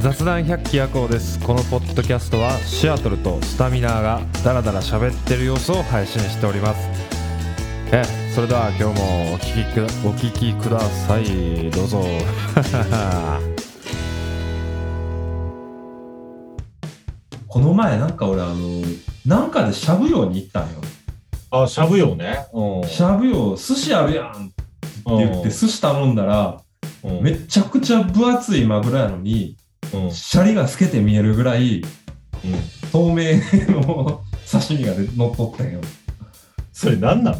雑談百鬼夜行ですこのポッドキャストはシアトルとスタミナーがダラダラ喋ってる様子を配信しておりますえそれでは今日もお聞きくだお聞きくださいどう ぞこの前なんか俺あのなんかでしゃぶ用に行ったんよあ、しゃぶよね。うんしゃぶ用寿司あるやんって言って寿司頼んだらうんめちゃくちゃ分厚いマグロやのにうんシャリが透けて見えるぐらい透明の刺身がで乗っとったんよそれなんなの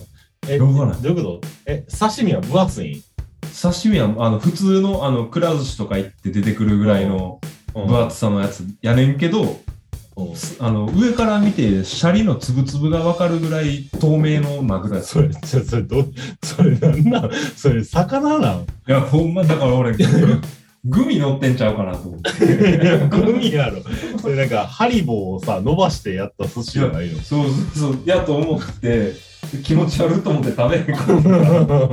え、どどううかないうことえ、刺身は分厚いん刺身はあの普通のあのくら寿司とか行って出てくるぐらいのうん分厚さのやつやねんけどうんすあの上から見てシャリの粒々が分かるぐらい透明のマグロやつそれ、ちょ、それ、どう、それなんなんそれ、魚 なんいや、ほんま、だか ら俺、グミ乗ってんちゃうかなと思って。グミやろ。それなんか、ハリボーをさ、伸ばしてやった寿司じゃないの。そうそうそう、やと思って、気持ち悪いと思って食べへんかった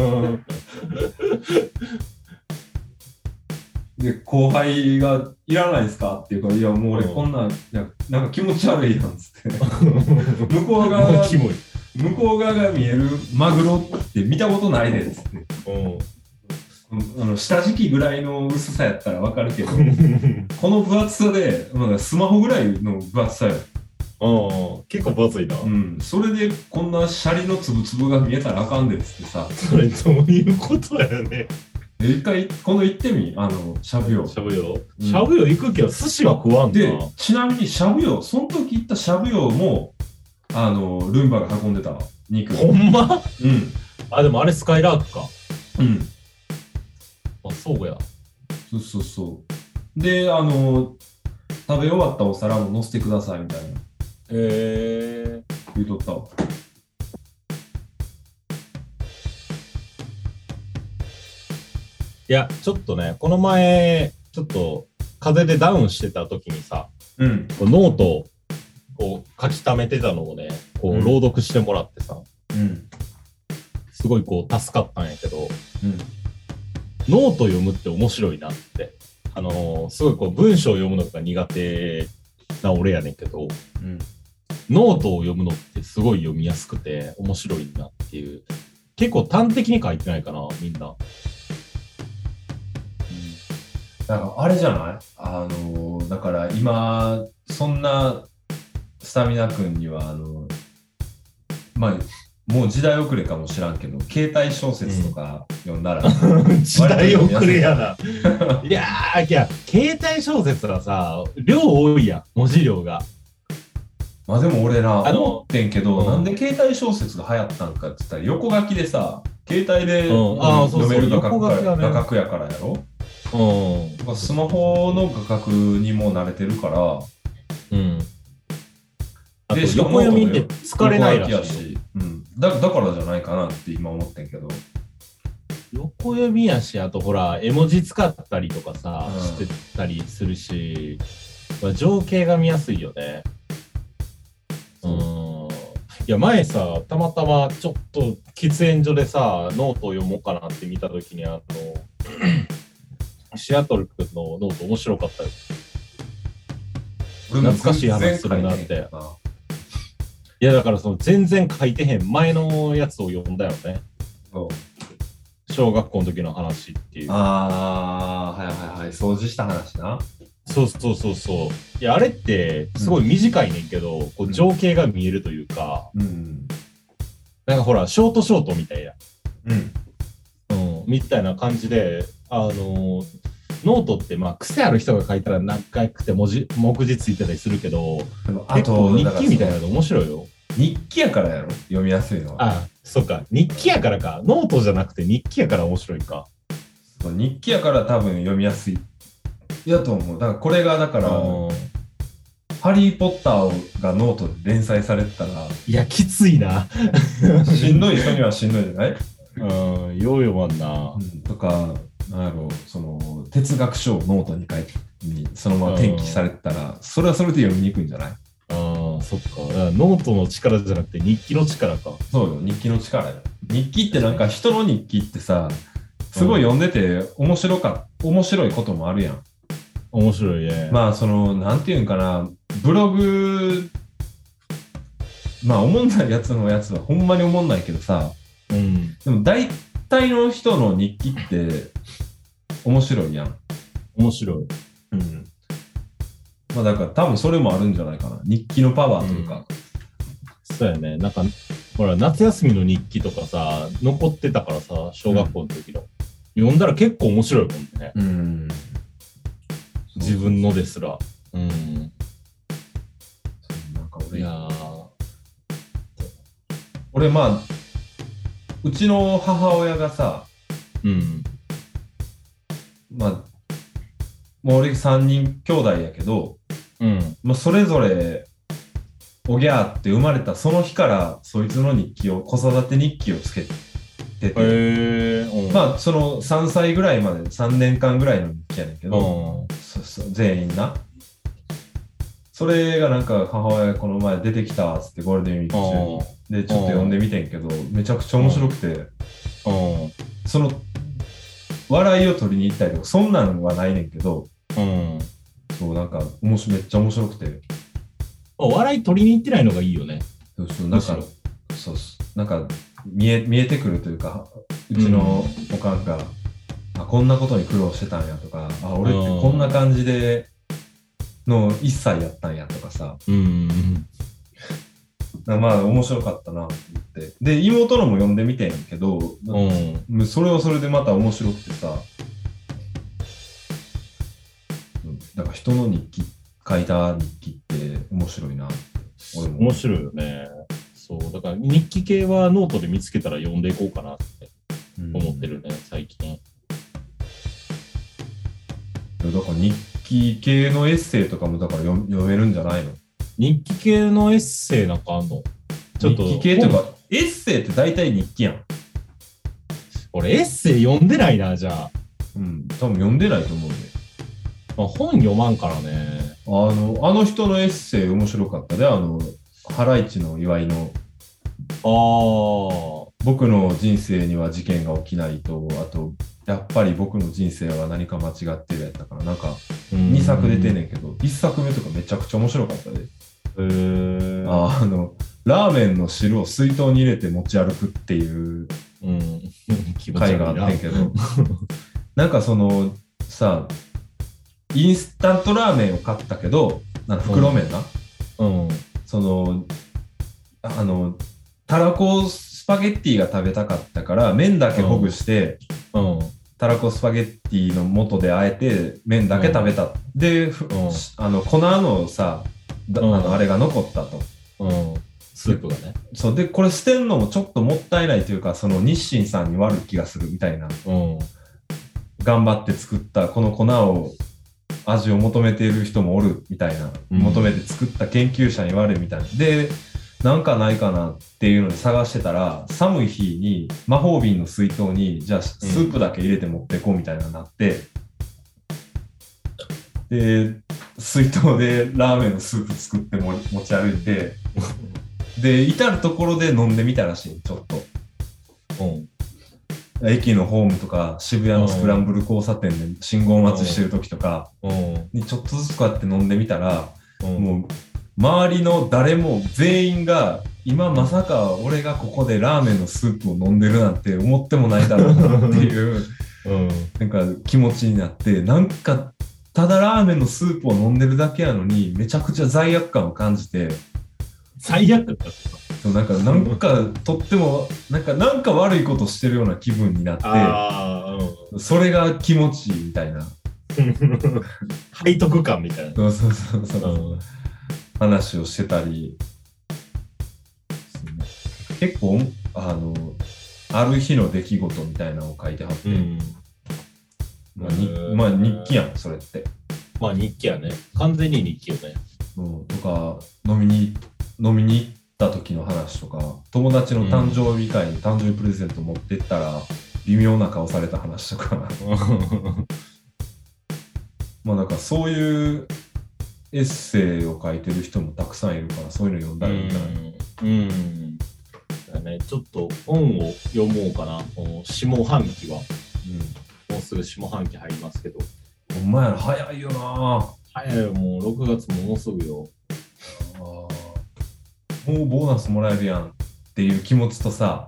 で、後輩が、いらないですかっていうから、いや、もう俺うんこんなん、なんかなんか気持ち悪いやん、つって。向こ う側が、キモい。向こう側が見えるマグロって見たことないで、つって。うんあの下敷きぐらいの薄さやったらわかる けど、うんうんこの分厚さで、まあ、スマホぐらいの分厚さよ。結構分厚いな。うん、それでこんなシャリのつぶつぶが見えたらあかんでっつってさ、それ、どういうことやね。え一回、この行ってみ、あの、しゃぶよし。ゃぶよ。うんしゃぶよ行くけど、寿司は食わんな。で、ちなみにしゃぶよ、その時行ったしゃぶよも、あの、ルンバが運んでたわ、肉。ほんまうん、あ、でもあれスカイラークか。うん、あ、そうや。そうそうそう。で、あの、食べ終わったお皿も乗せてくださいみたいなえ言うとったわ。いや、ちょっとね、この前、ちょっと、風邪でダウンしてた時にさ、うん、こうノートを書き溜めてたのをね、こうんう、朗読してもらってさ、うん、すごいこう、助かったんやけど、うん、ノート読むって面白いなって。あのーすごいこう、文章を読むのが苦手な俺やねんけど、うん。ノートを読むのってすごい読みやすくて面白いなっていう。結構端的に書いてないかな、みんな。なんかあれじゃないあのだから今そんなスタミナ君にはあのまあもう時代遅れかもしらんけど携帯小説とか読んだら、時代遅れやな。いやー、いや、携帯小説はさ、量多いやん、文字量が。まあでも俺なあの思ってんけど、うんなんで携帯小説が流行ったんかって言ったら横書きでさ携帯で、うんあーそうそう読める画角横書きかはらね画角やからやろうん。まあスマホの画角にも慣れてるからうん。あと、でしか横も読みって疲れないら横書きやしい。し、うん、だだからじゃないかなって今思ってんけど横読みやし、あとほら、絵文字使ったりとかさ、うんしてたりするし、まあ、情景が見やすいよね。うん。いや、前さ、たまたまちょっと喫煙所でさ、ノートを読もうかなって見たときに、あの、 シアトル君のノート面白かったよ。俺も懐かしい話するなっていや、だからその全然書いてへん前のやつを読んだよね。そう小学校の時の話っていう。ああ、はいはいはい、掃除した話な。そうそうそうそう。いや、あれってすごい短いねんけど、こう情景が見えるというか、うん。なんかほら、ショートショートみたいな。うん。うん、みたいな感じで、あのーノートって、まあ、癖ある人が書いたら長くて文字、目次ついてたりするけど、でもあ結と構、日記みたいだからなの面白いよ。その日記やからやろ、読みやすいのは。あそっか。日記やからか。ノートじゃなくて日記やから面白いか。そう日記やから多分読みやすい。やと思う。だからこれが、だかあら、のーハリー・ポッターがノートで連載されてた ら、いや、きついな。しんどい人にはしんどいじゃない、うん、よう読まんなう。ん、とか、なんやろその、哲学書をノートに書いて、にそのまま転記されてたら、それはそれで読みにくいんじゃないああ、そっか。だからノートの力じゃなくて日記の力か。そうよ、日記の力よ。日記ってなんか人の日記ってさ、すごい読んでて面白か面白いこともあるやん。面白いね。まあそのなんていうんかなブログまあおもんないやつのやつはほんまにおもんないけどさうん。でも大体の人の日記って面白いやん。面白い。うん。まあだから多分それもあるんじゃないかな。日記のパワーというか。そうやね。なんか、ほら、夏休みの日記とかさ、残ってたからさ、小学校の時の。読んだら結構面白いもんね。うん。自分のですら。うん。そうなんかい俺やー。俺まあうちの母親がさうん。まあもう俺3人兄弟やけど、うん。まあ、それぞれおぎゃーって生まれたその日からそいつの日記を子育て日記をつけてへて、えー。うん、まあその3歳ぐらいまで3年間ぐらいの日記やねんけうど、ん。そうそう全員なそれがなんか母親がこの前出てきたっつってゴールデンウィーク中にうでちょっと読んでみてんけどめちゃくちゃ面白くて。ん。うん。その笑いを取りに行ったりとかそんなんはないねんけどうん。そうなんか面白めっちゃ面白くてお笑い取りに行ってないのがいいよね。そうそうなんかむしそうっすなんか見え見えてくるというかうちのおかんが、あこんなことに苦労してたんやとかあ俺ってこんな感じでの一切やったんやとかさうん。まあ面白かったなって言ってで妹のも読んでみてんけど、うん。もうそれはそれでまた面白くてさ、うん、だから人の日記書いた日記って面白いなって俺も面白いよね。そう。だから日記系はノートで見つけたら読んでいこうかなってうん思ってるね、最近。いやだから日記系のエッセイとかもだから読読めるんじゃないの日記系のエッセイなんかあんのちょっと。日記系というかエッセイって大体日記やん、本俺エッセイ読んでないな、じゃあ。うん、多分読んでないと思うんでまあ、本読まんからね。あのあの人のエッセイ面白かったであのハライチの祝いのああ。僕の人生には事件が起きないと、あと、やっぱり僕の人生は何か間違ってるやったから、なんか2作出てんね。んけど、1作目とかめちゃくちゃ面白かったへで。え。あの、ラーメンの汁を水筒に入れて持ち歩くっていううん。 気持ち悪回いが な。あってんけど、なんかその、さ、インスタントラーメンを買ったけど、あの袋麺な、うん。その、あの、たらこスパゲッティが食べたかったから、麺だけほぐして、うん。たらこスパゲッティの元であえて麺だけ食べた、で、うふんあの粉のさだうんあのあれが残ったと、うん。スープがね。そうでこれ捨てるのもちょっともったいないというかその日清さんに悪い気がするみたいなうん。頑張って作ったこの粉を味を求めている人もおるみたいな、うん求めて作った研究者に悪いみたいなでなんかないかなっていうので探してたら寒い日に魔法瓶の水筒にじゃあスープだけ入れて持ってこうみたいなのになって、で水筒でラーメンのスープ作っても持ち歩いてで至る所で飲んでみたらしいちょっと。うん。駅のホームとか渋谷のスクランブル交差点で信号待ちしてる時とかうん。にちょっとずつこうやって飲んでみたらうん。もう周りの誰も全員が今まさか俺がここでラーメンのスープを飲んでるなんて思ってもないだろうなっていう うん。なんか気持ちになってなんかただラーメンのスープを飲んでるだけやのにめちゃくちゃ罪悪感を感じて最悪だった。そうなんかなんかとってもなんかなんか悪いことしてるような気分になって。ああ、うん。それが気持ちいいみたいな。背徳感みたいな。そうそうそうそうう。ん。話をしてたり。結構、あの、ある日の出来事みたいなのを書いてはって。うん。まあ、にへーまあ日記やん、それって。まあ日記やね。完全に日記よ ね。うん、とか、飲みに、飲みに行った時の話とか、友達の誕生日会に誕生日プレゼント持ってったら、微妙な顔された話とか。 まあなんかそういうエッセイを書いてる人もたくさんいるからそういうの読んだらいいんじゃないうん。だね、ちょっと本を読もうかな。この下半期は。もうすぐ下半期入りますけど、ほんまやな、早いよなあ早いよ、もう6月ももうすぐよ。ーもうボーナスもらえるやんっていう気持ちとさ、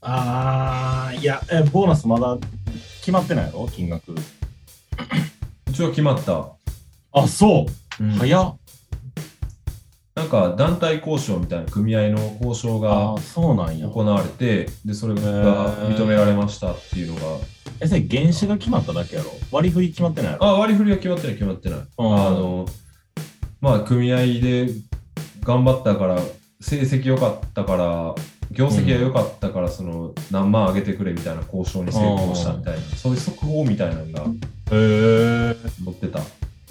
あー、いや、え、ボーナスまだ決まってないやろ金額。一応決まった。あ、そうはい早っなんか団体交渉みたいな組合の交渉あがー、そうなんや。行われて、で、それがへー認められましたっていうのが、え、それ原資が決まっただけやろ割り振り決まってないやろあ、割り振りは決まってない、決まってない。あの、まあ、組合で頑張ったから、成績良かったから、業績が良かったから、その、何万上げてくれみたいな交渉に成功したみたいな、そういう速報みたいなのがへー載ってた。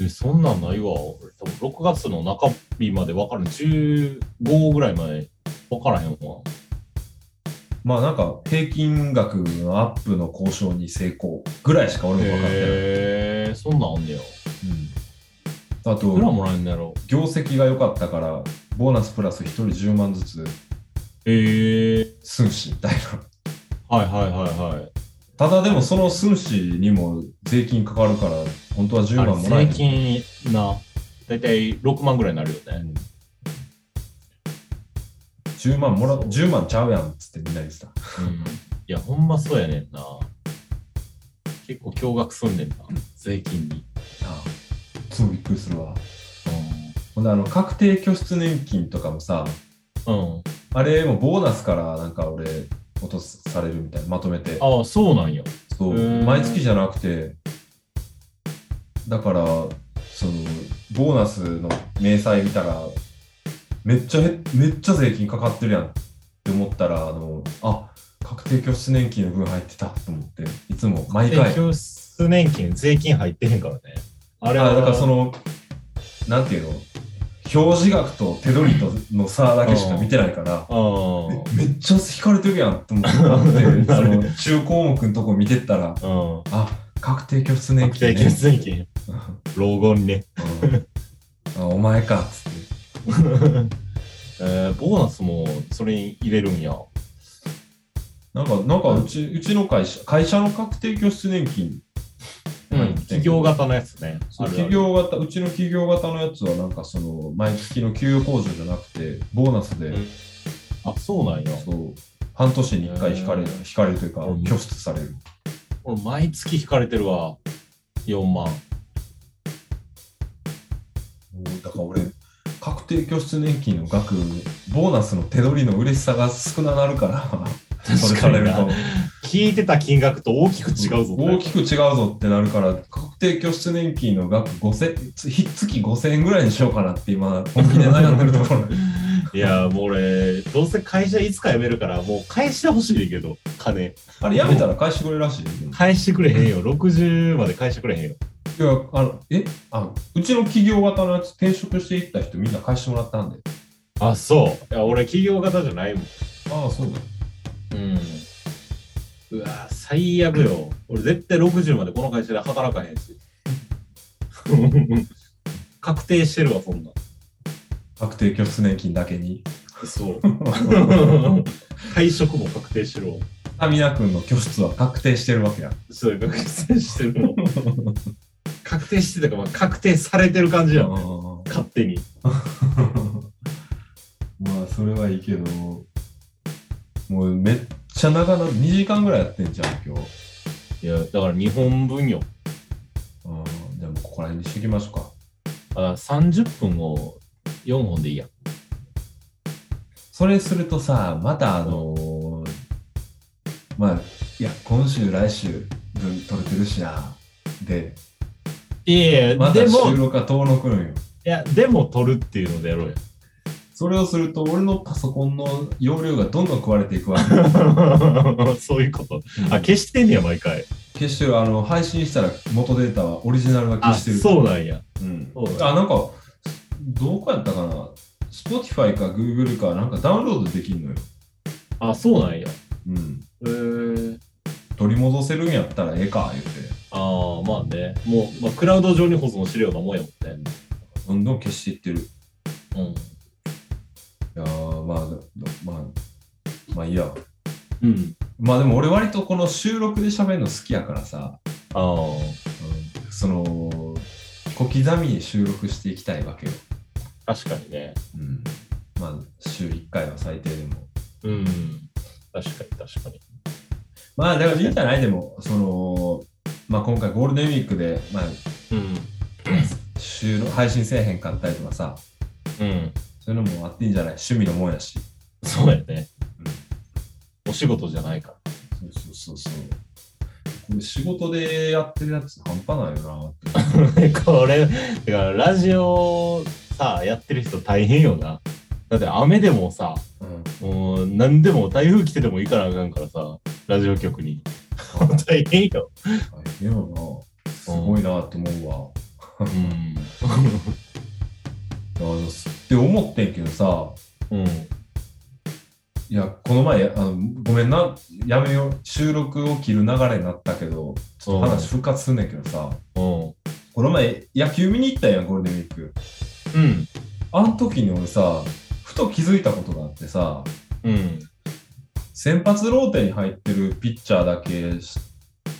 え、そんなんないわ。俺、多分6月の中日まで分かる。15ぐらいまで分からへんわ。まあ、なんか、平均額のアップの交渉に成功ぐらいしか俺も分かってない。へえ、そんなんあんねや。うんいくらあと、もらえんのやろ業績が良かったから、ボーナスプラス1人10万ずつ、へえ、寸志みたいな。 はいはいはいはい。ただでもその寸志にも税金かかるから、本当は10万もらあえれへん税金な、だいたい6万ぐらいになるよね。 10万もら、10万ちゃうやんっつってみんな言ってた。うん。いや、ほんまそうやねんな。結構驚愕すんねんな、税金に。そうびっくりするわ。ほんであの、確定拠出年金とかもさ、うん。うん、あれもボーナスからなんか俺、落とされるみたいな、まとめて。ああ、そうなんや。そうへー毎月じゃなくて、だから、その、ボーナスの明細見たら、めっちゃへ、めっちゃ税金かかってるやんって思ったら、あの、あ確定拠出年金の分入ってたと思って、いつも毎回で、。拠出年金、税金入ってへんからね。あれは、あだからその、なんていうの、表示額と手取りとの差だけしか見てないから、のえめっちゃ引かれてるやんと思 って、なそるの中項目のとこ見てったら、うん。うん。あ確定拠出年確定金、拠ね。出年金、老後にね。 うんあお前かっつって。えー、ボーナスもそれに入れるんや。なんか、なんかうち、うちの会社、会社の確定拠出年金。うん、企業型のやつね。そうあるある企業型、うちの企業型のやつは、なんかその、毎月の給与控除じゃなくて、ボーナスで、うんあ、そうなんや。そう、半年に1回引かれへる、ー引かれるというかうん、拠出される。俺、毎月引かれてるわ。4万。もうだから俺、確定拠出年金の額、ボーナスの手取りの嬉しさが少ななるから、それされるなと。聞いてた金額と大きく違うぞ。大きく違うぞってなるから、確定拠出年金の額5000、つ月5000円ぐらいにしようかなって今、本気で悩んでるところ。いや、もう俺、どうせ会社いつか辞めるから、もう返してほしいねんけど、金。 あれ、やめたら返してくれるらしい。い返してくれへんよ。60まで返してくれへんよ。や、あの、えあうちの企業型のやつ、転職していった人、みんな返してもらったんで。あ、そう。いや、俺、企業型じゃないもん。ああ、そうだ。うん。うわ最悪よ。俺、絶対60までこの会社で働かへん し。確定してるわ、そんなん。確定拠出年金だけに。 そう。退職も確定してるわ。タミヤ君の拠出は確定してるわけや。そういう確定してるの。確定してたか、まあ、確定されてる感じやん。あ あ勝手に。まあ、それはいいけど、もうめっちゃ長な、2時間ぐらいやってんじゃん、今日。いや、だから日本分よ。うん、じゃあもうここら辺にしていきましょうか。あ30分を4本でいいやん。それするとさ、またあのーまあ、いや、今週、来週分取れてるしな。で、いやいや、までだも、収い録は登録のよ。や、でも取るっていうのでや ろうよ。それをすると、俺のパソコンの容量がどんどん食われていくわけ。そういうこと。 あ、あ消してんねや、毎回。決してる、あの、配信したら元データはオリジナルは消あ、してる。そうなんや。うんそうだあ、なんか、どこやったかな ?Spotify か Google か、なんかダウンロードできんのよ。あ、そうなんや。うん。えー、取り戻せるんやったらええか、言うて。ああ、まあね。もう、まあ、クラウド上に保存してるようなもんやもんね。どんどん消していってる。うん。いやーまあ、どまあ、まあいいや。うん。まあでも俺割とこの収録で喋るの好きやからさ、ああ。うんその小刻みに収録していきたいわけよ。確かにね。うん、まあ週1回は最低でも。うん。確かに確かに。まあだからいいんじゃないでもその、まあ、今回ゴールデンウィークで、まあ、うん。収録配信せえへんかったりとかさうん。そういうのもあっていいんじゃない趣味のもんやし。そうやね。お仕事じゃないから。そうそうそうそう。これ仕事でやってるやつ半端ないよなって。 これ、だからラジオさ、やってる人大変よな。だって雨でもさ、うん、もう何でも台風来てでも行かなあかんからさ、ラジオ局に。大変よ。大変よな。すごいなって思うわ。うん。あのすって思ってんけどさ、うん。いや、この前、あのごめんな、やめよう、収録を切る流れになったけど、ちょっと話復活すんねんけどうさ、ん。この前、野球見に行ったやん、ゴールデンウィーク。うん。あの時に俺さ、ふと気づいたことがあってさ、うん。 先発ローテに入ってるピッチャーだけ、し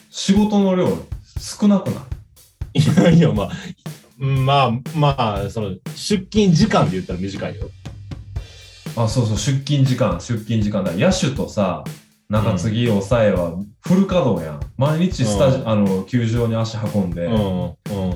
仕事の量少なくないいやいや、まあ、うんまあ、まあ、その、出勤時間で言ったら短いよ。あ、そうそう、出勤時間、出勤時間だ。野手とさ、中継ぎ、抑えはフル稼働やん。毎日スタジ、うんあの、球場に足運んで、うん。う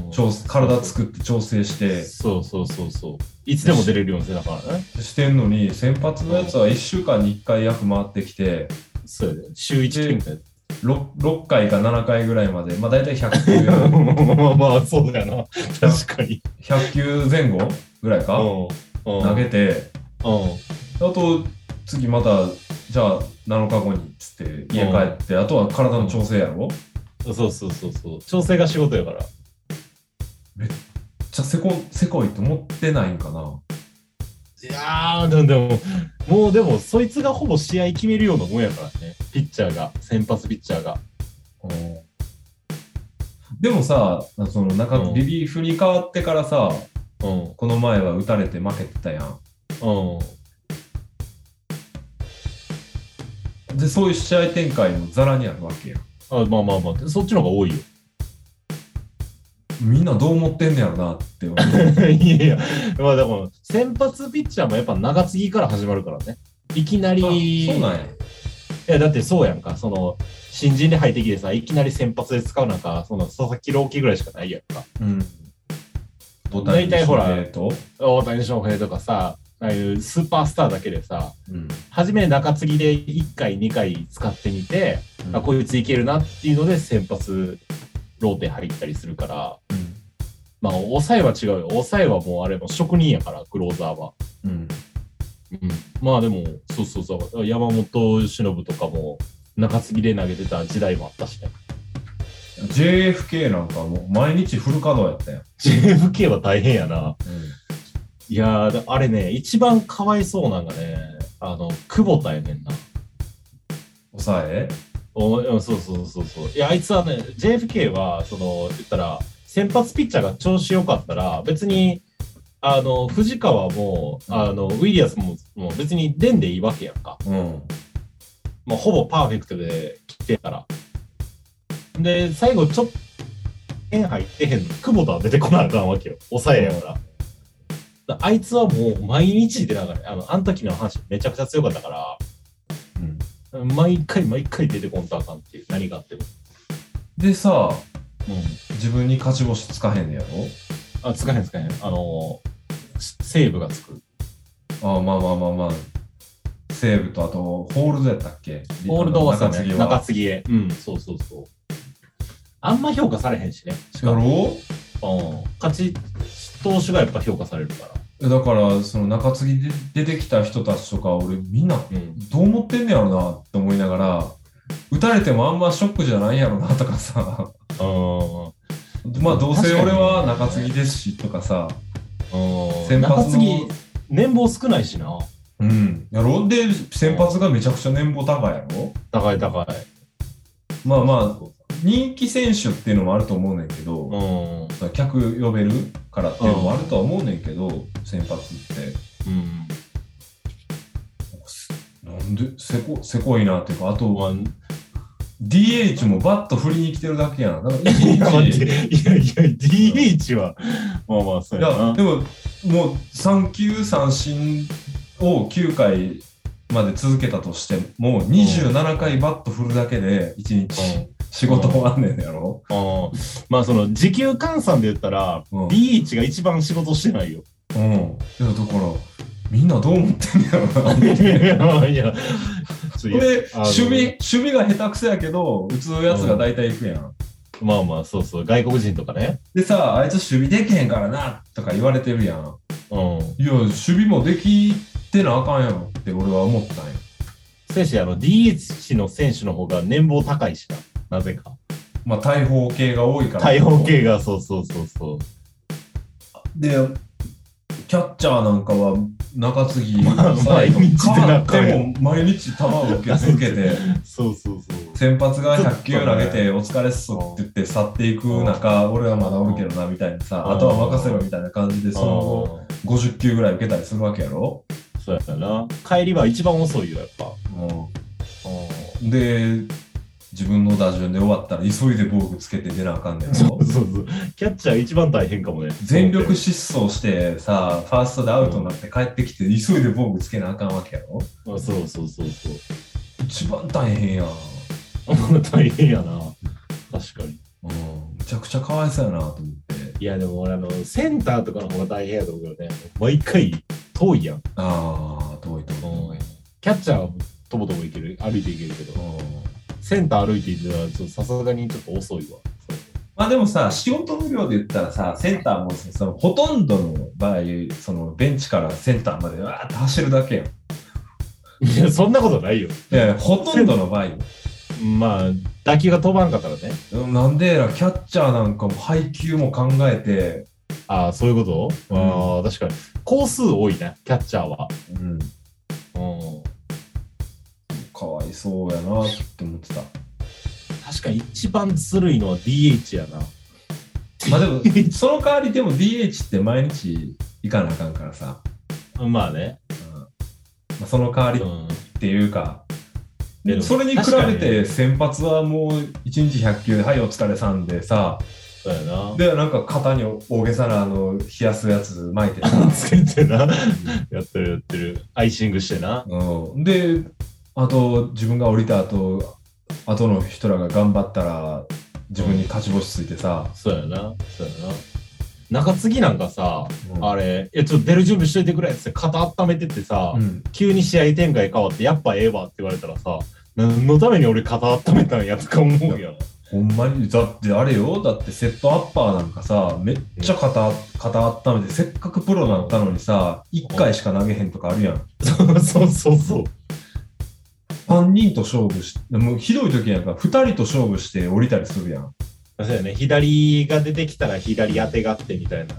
ん。調体作って調整して、そうそうそうそう。いつでも出れるようにせなあからね。してんのに、先発のやつは1週間に1回役回ってきて、そうやね。週一でみたい 6, 6回か7回ぐらいまで、まあ大体100球 な。やまあまあ、そうだよな。確かに。 100球前後ぐらいか、うん。うん投げて、うん。あと、次また、じゃあ7日後にっつって家帰って、あとは体の調整やろ、そうそうそうそう。調整が仕事やから。じゃあせこせこいと思ってないんかな。いやー、でも、でも、もうでも、そいつがほぼ試合決めるようなもんやからね。ピッチャーが、先発ピッチャーが。うんでもさ、その中うんリリーフに変わってからさ、うん。うん。この前は打たれて負けてたやん。で、そういう試合展開もざらにあるわけやん。あまあまあまあ、そっちの方が多いよ。 みんなどう思ってんねやろなって思う。いやいや、まあでも、先発ピッチャーもやっぱ中継ぎから始まるからね。いきなり、そうなんや。いや、だってそうやんか、その、新人で入ってきてさ、いきなり先発で使うなんか、その、佐々木朗希ぐらいしかないやんか。うん。大体ほらえっと、大谷翔平とかさ、ああいうスーパースターだけでさ、うん。初め中継ぎで1回、2回使ってみて、あ、こいついけるなっていうので、先発、ローテ入ったりするから、まあ、抑えは違うよ。抑えはもうあれも職人やから、クローザーは。うん。うん。うん、まあでも、そうそうそう、山本忍とかも中継ぎで投げてた時代もあったし ね。 JFK なんかもう毎日フル稼働やったやん。 JFK は大変やな。いやー、だあれね、一番かわいそうなんがね、あの、久保田やねんな。抑えおうんそうそうそうそう。いや、あいつはね、JFK は、その、言ったら、先発ピッチャーが調子良かったら、別に、あの、藤川も、あの、ウィリアスも、もう別に出んでいいわけやんか。うん。もうほぼパーフェクトで来てたら。で、最後ちょっと、円入ってへんの。久保田は出てこなあかんわけよ。抑えやから。だあいつはもう毎日出ながら、あの、あの時の話めちゃくちゃ強かったから、毎回毎回出てこんとあかんっていう、何があっても。でさ、うん。自分に勝ち星つかへんねやろあ、つかへんつかへん。あのー、しセーブがつく。ああまあまあまあまあ。西武とあと、ホールドやったっけホールドはそう中継ぎね、は中継ぎへ。うん、そうそうそう。あんま評価されへんしね。しやかもろうん。勝ち投手がやっぱ評価されるから。うだから、その中継ぎで出てきた人たちとか、俺みんなうん。どう思ってんねやろなって思いながら、打たれてもあんまショックじゃないやろなとかさ、 うんまあどうせ俺は確か中に継ぎですしとかさ、先先発の発次年俸少ないしな。うん、やろで、先発がめちゃくちゃ年俸高いやろ高い高い。まあまあ、人気選手っていうのもあると思うねんけど、うん。その客呼べるからっていうのもあるとは思うねんけど、先発って。うん。なんなんでせこせこいなっていうかあとまあ DH もバット振りに来てるだけやんだか らいや、待っていいやいや、DH は、まあまあ、そうややな。でももう3球三振を9回まで続けたとしても27回バット振るだけで1日仕事終わんねんやろ、うんうんまあ、その、時給換算で言ったら、うん DH が一番仕事してないよ。 うん、いやだからみんなどう思ってんねやろないや、いや、ちょいやであの守備守備が下手くそやけど打つやつが大体いくやん、まあまあ、そうそう、外国人とかね。でさあいつ守備できへんからなとか言われてるやんうん。いや守備もできてなあかんやろって俺は思ったんや選手、あの、DH の選手の方が年俸高いしな。なぜか。まあ大砲系が多いから対応系が、そうそうそうそう。でキャッチャーなんかは中継ぎ まあさ毎日変わっ出なあかてんやも毎日球を受け続け てそうそうそう。先発が100球投げてお疲れっすって言って去っていく中俺はまだおるけどなみたいなさうんあとは任せろみたいな感じでその後あ50球ぐらい受けたりするわけやろーそうやな。帰りは一番遅いよ、やっぱ。うんで自分の打順で終わったら急いで防具つけて出なあかんね んそろうそうそう。キャッチャー一番大変かもね。全力疾走してさファーストでアウトになって帰ってきて急いで防具つけなあかんわけやろあそうそうそうそう。一番大変やん、大変やな。確かに。うん、むちゃくちゃかわいそうやなと思っていや、でも俺、あの、センターとかの方が大変やと思うよね。毎回遠いやん。ああ遠いと思うキャッチャーはとぼとぼいける、歩いていけるけど、うんセンター歩いていったら、ちょっとさすがにちょっと遅いわ。まあでもさ仕事の量で言ったらさセンターもさそのほとんどの場合そのベンチからセンターまでわーって走るだけやんいいや、そんなことないよ。やいやほとんどの場合よまあ、打球が飛ばんかったらね。うんなんでやらキャッチャーなんかも配球も考えて、ああ、そういうこと、うんああ、確かに。工数多いね、キャッチャーは。うん、うん。かわいそうやなって思ってた。確かに一番ずるいのは DH やな。まあで も、その代わりでも DH って毎日行かなあかんからさ、まあね。うんまあ、その代わりうん。っていうか、でもそれに比確かべにて先発はもう1日100球で、はい、お疲れさんでさ、そうやな。、で、なんか肩に大げさなあの冷やすやつ巻いてさつけてな。やってるやってる。アイシングしてな。うん、で、あと自分が降りた後、後の人らが頑張ったら、自分に勝ち星ついてさ、そうやな。そうやな。中継ぎなんかさ、うんあれ、え、ちょっと出る準備しといてくれっつって肩温めてってさ、うん急に試合展開変わって、やっぱええわって言われたらさ、何のために俺肩温めたんやとか思うやん。ほんまに、だってあれよ、だってセットアッパーなんかさ、めっちゃ肩、肩温めて、せっかくプロなったのにさ、1回しか投げへんとかあるやん。そう そうそうそう。 3人と勝負し、もうひどい時やんか、2人と勝負して降りたりするやん。そうやね、左が出てきたら左当てがってみたいな、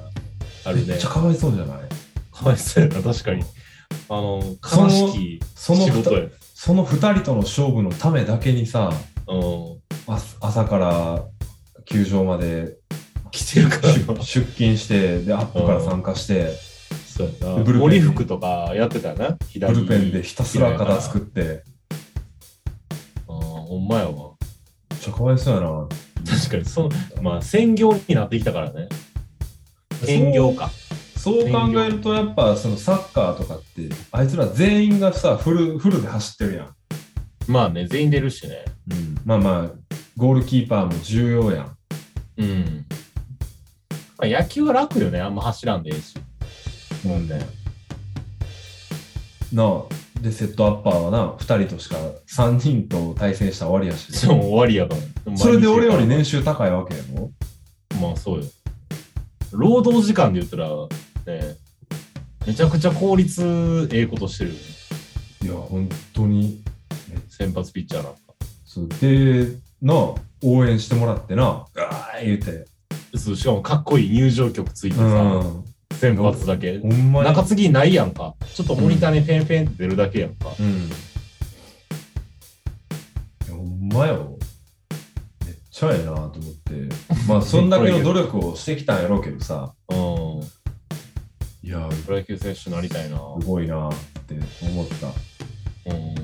あるめねっちゃ。かわいそうじゃないかわいそうやな、確かに。あの、その悲しきその仕ふた事や。その2人との勝負のためだけにさ、うん。あ朝から球場まで来てるから 出な。出勤して、で、アップから参加して、そうやブルペな。ン森福とかやってたよな、ブ左。ルペンでひたすら肩作って、ああ、ほんまやわ。めっちゃかわいそうやな。確かに、その、まあ、専業になってきたからね。専業か。そう考えるとやっぱそのサッカーとかってあいつら全員がさフルフルで走ってるやん、まあね、全員出るしね。まあまあゴールキーパーも重要やんうん。まあ、野球は楽よね、あんま走らんでええし。なんでなあでセットアッパーはな2人としか3人と対戦したら終わりやしそう、終わりやから。それで俺より年収高いわけやろまあそうよ。労働時間で言ったら、ね、めちゃくちゃ効率ええことしてるよね、いや本当に先発ピッチャーなんか。そうでなあ応援してもらってなガー言うてそうしかもかっこいい入場曲ついてうさ、ん先発だけほ。んまに中継ぎないやんか。ちょっとモニターにペンペンって出るだけやんか。うん。いやほんまよ。めっちゃええなと 思って。まあ、そんだけの努力をしてきたんやろうけどさ。うん。いや、プロ野球選手になりたいな。すごいなって思った。うん。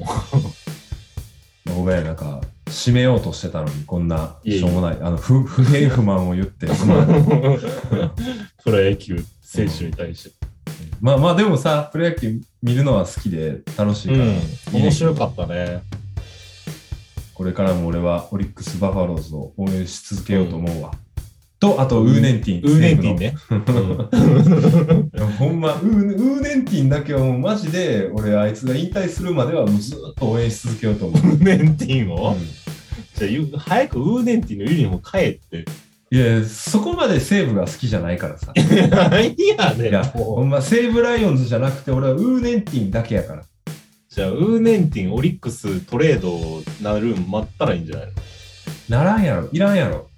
ごめん、なんか、締めようとしてたのに、こんな、いえいえしょうもない、あの、不 不平不満を言 って、すまんプロ野球選手に対して。まあまあ、でもさ、プロ野球見るのは好きで楽しいから、うん、面白かったね。これからも俺はオリックス・バファローズを応援し続けようと思うわ。と、あと、ウーネンティン。ウーネンティンね。西武の。ほんま、ウーウーネンティンだけはもうマジで、俺、あいつが引退するまではもうずっと応援し続けようと思う。ウーネンティンうをんじゃあゆ早くウーネンティンのユニフォーム変えって。いや、そこまで西武が好きじゃないからさ。いやねいや、ほもうんま、西武ライオンズじゃなくて、俺はウーネンティンだけやから。じゃあウーネンティン、オリックストレードなるん待ったらいいんじゃないのならんやろ、いらんやろ。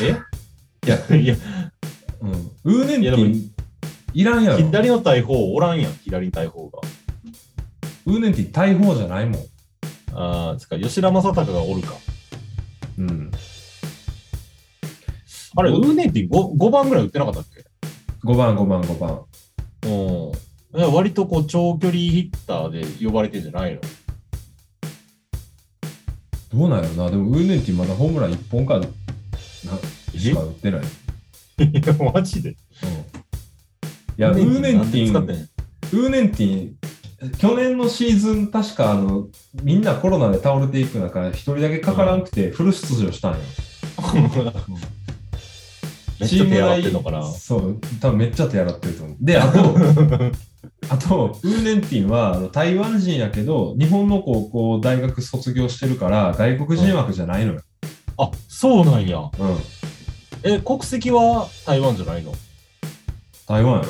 えいや、うん。ウーネンいやテでもィン、いらんやろ。左の大砲おらんやん、左大砲が。ウーネンティン、大砲じゃないもん。ああ、つか、吉田正尚がおるか。うん。あれ、ウーネンティン 5, 5番ぐらい打ってなかったっけ5番、5番、5番。うん。いや割とこう、長距離ヒッターで呼ばれてんじゃないのどうなんやろな、でもウーネンティンまだホームラン1本かなしか打ってない。うん、いいや、マジで。いや、ウーネンティ使っンて、んのウーネンティン、去年のシーズン、確かあの、みんなコロナで倒れていく中、一人だけかからなくて、フル出場したんよ。 めっちゃ手洗ってんのかなチーム内そう、多分めっちゃ手洗ってると思う。で、あと、 あと、ウーネンティンはあの台湾人やけど、日本の高校、大学卒業してるから、外国人枠じゃないのよ。あ、そうなんや。うん。え、国籍は台湾じゃないの台湾やろ。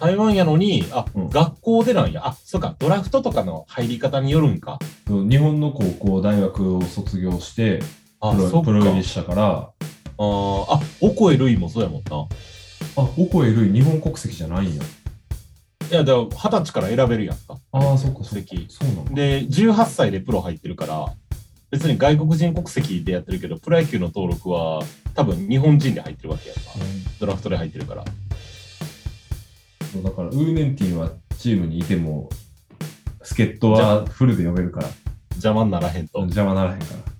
台湾やのに、あ、うん学校でなんや。あ、そうか、ドラフトとかの入り方によるんか。そう日本の高校、大学を卒業して、あ、プロそっプか。ロ入りしたから、あーあ、オコエルイもそうやもんな。あ、オコエルイ日本国籍じゃないんや。いや、だから二十歳から選べるやんか。ああ、そっか、そ国っか。籍。そうなんだ。で、18歳でプロ入ってるから、別に外国人国籍でやってるけど、プロ野球の登録は多分日本人で入ってるわけやんか。ドラフトで入ってるから。そうだから、ウーネンティンはチームにいても、助っ人はフルで呼べるから、邪魔にならへんと。邪魔ならへんから。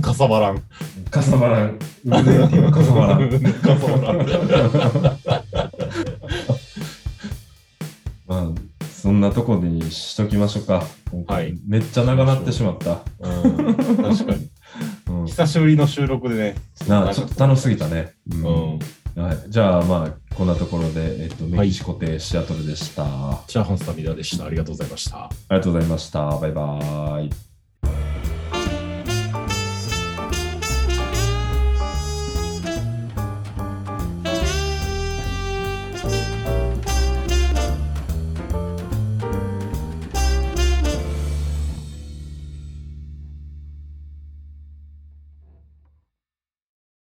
かさばらん。かさばら ん。ウーネンティンはかさばらん。かさばらん。 まあ、そんなとこにしときましょうか。今回はいめっちゃ長なってしまった。うん確かに。うん、久しぶりの収録でね。なあちょっと楽しすぎたね。うんうん。はい、じゃあ、まあ、こんなところで、えっと、メキシコ亭シアトルでした。チャーハンスタミナでした。ありがとうございました。ありがとうございました。バイバーイ。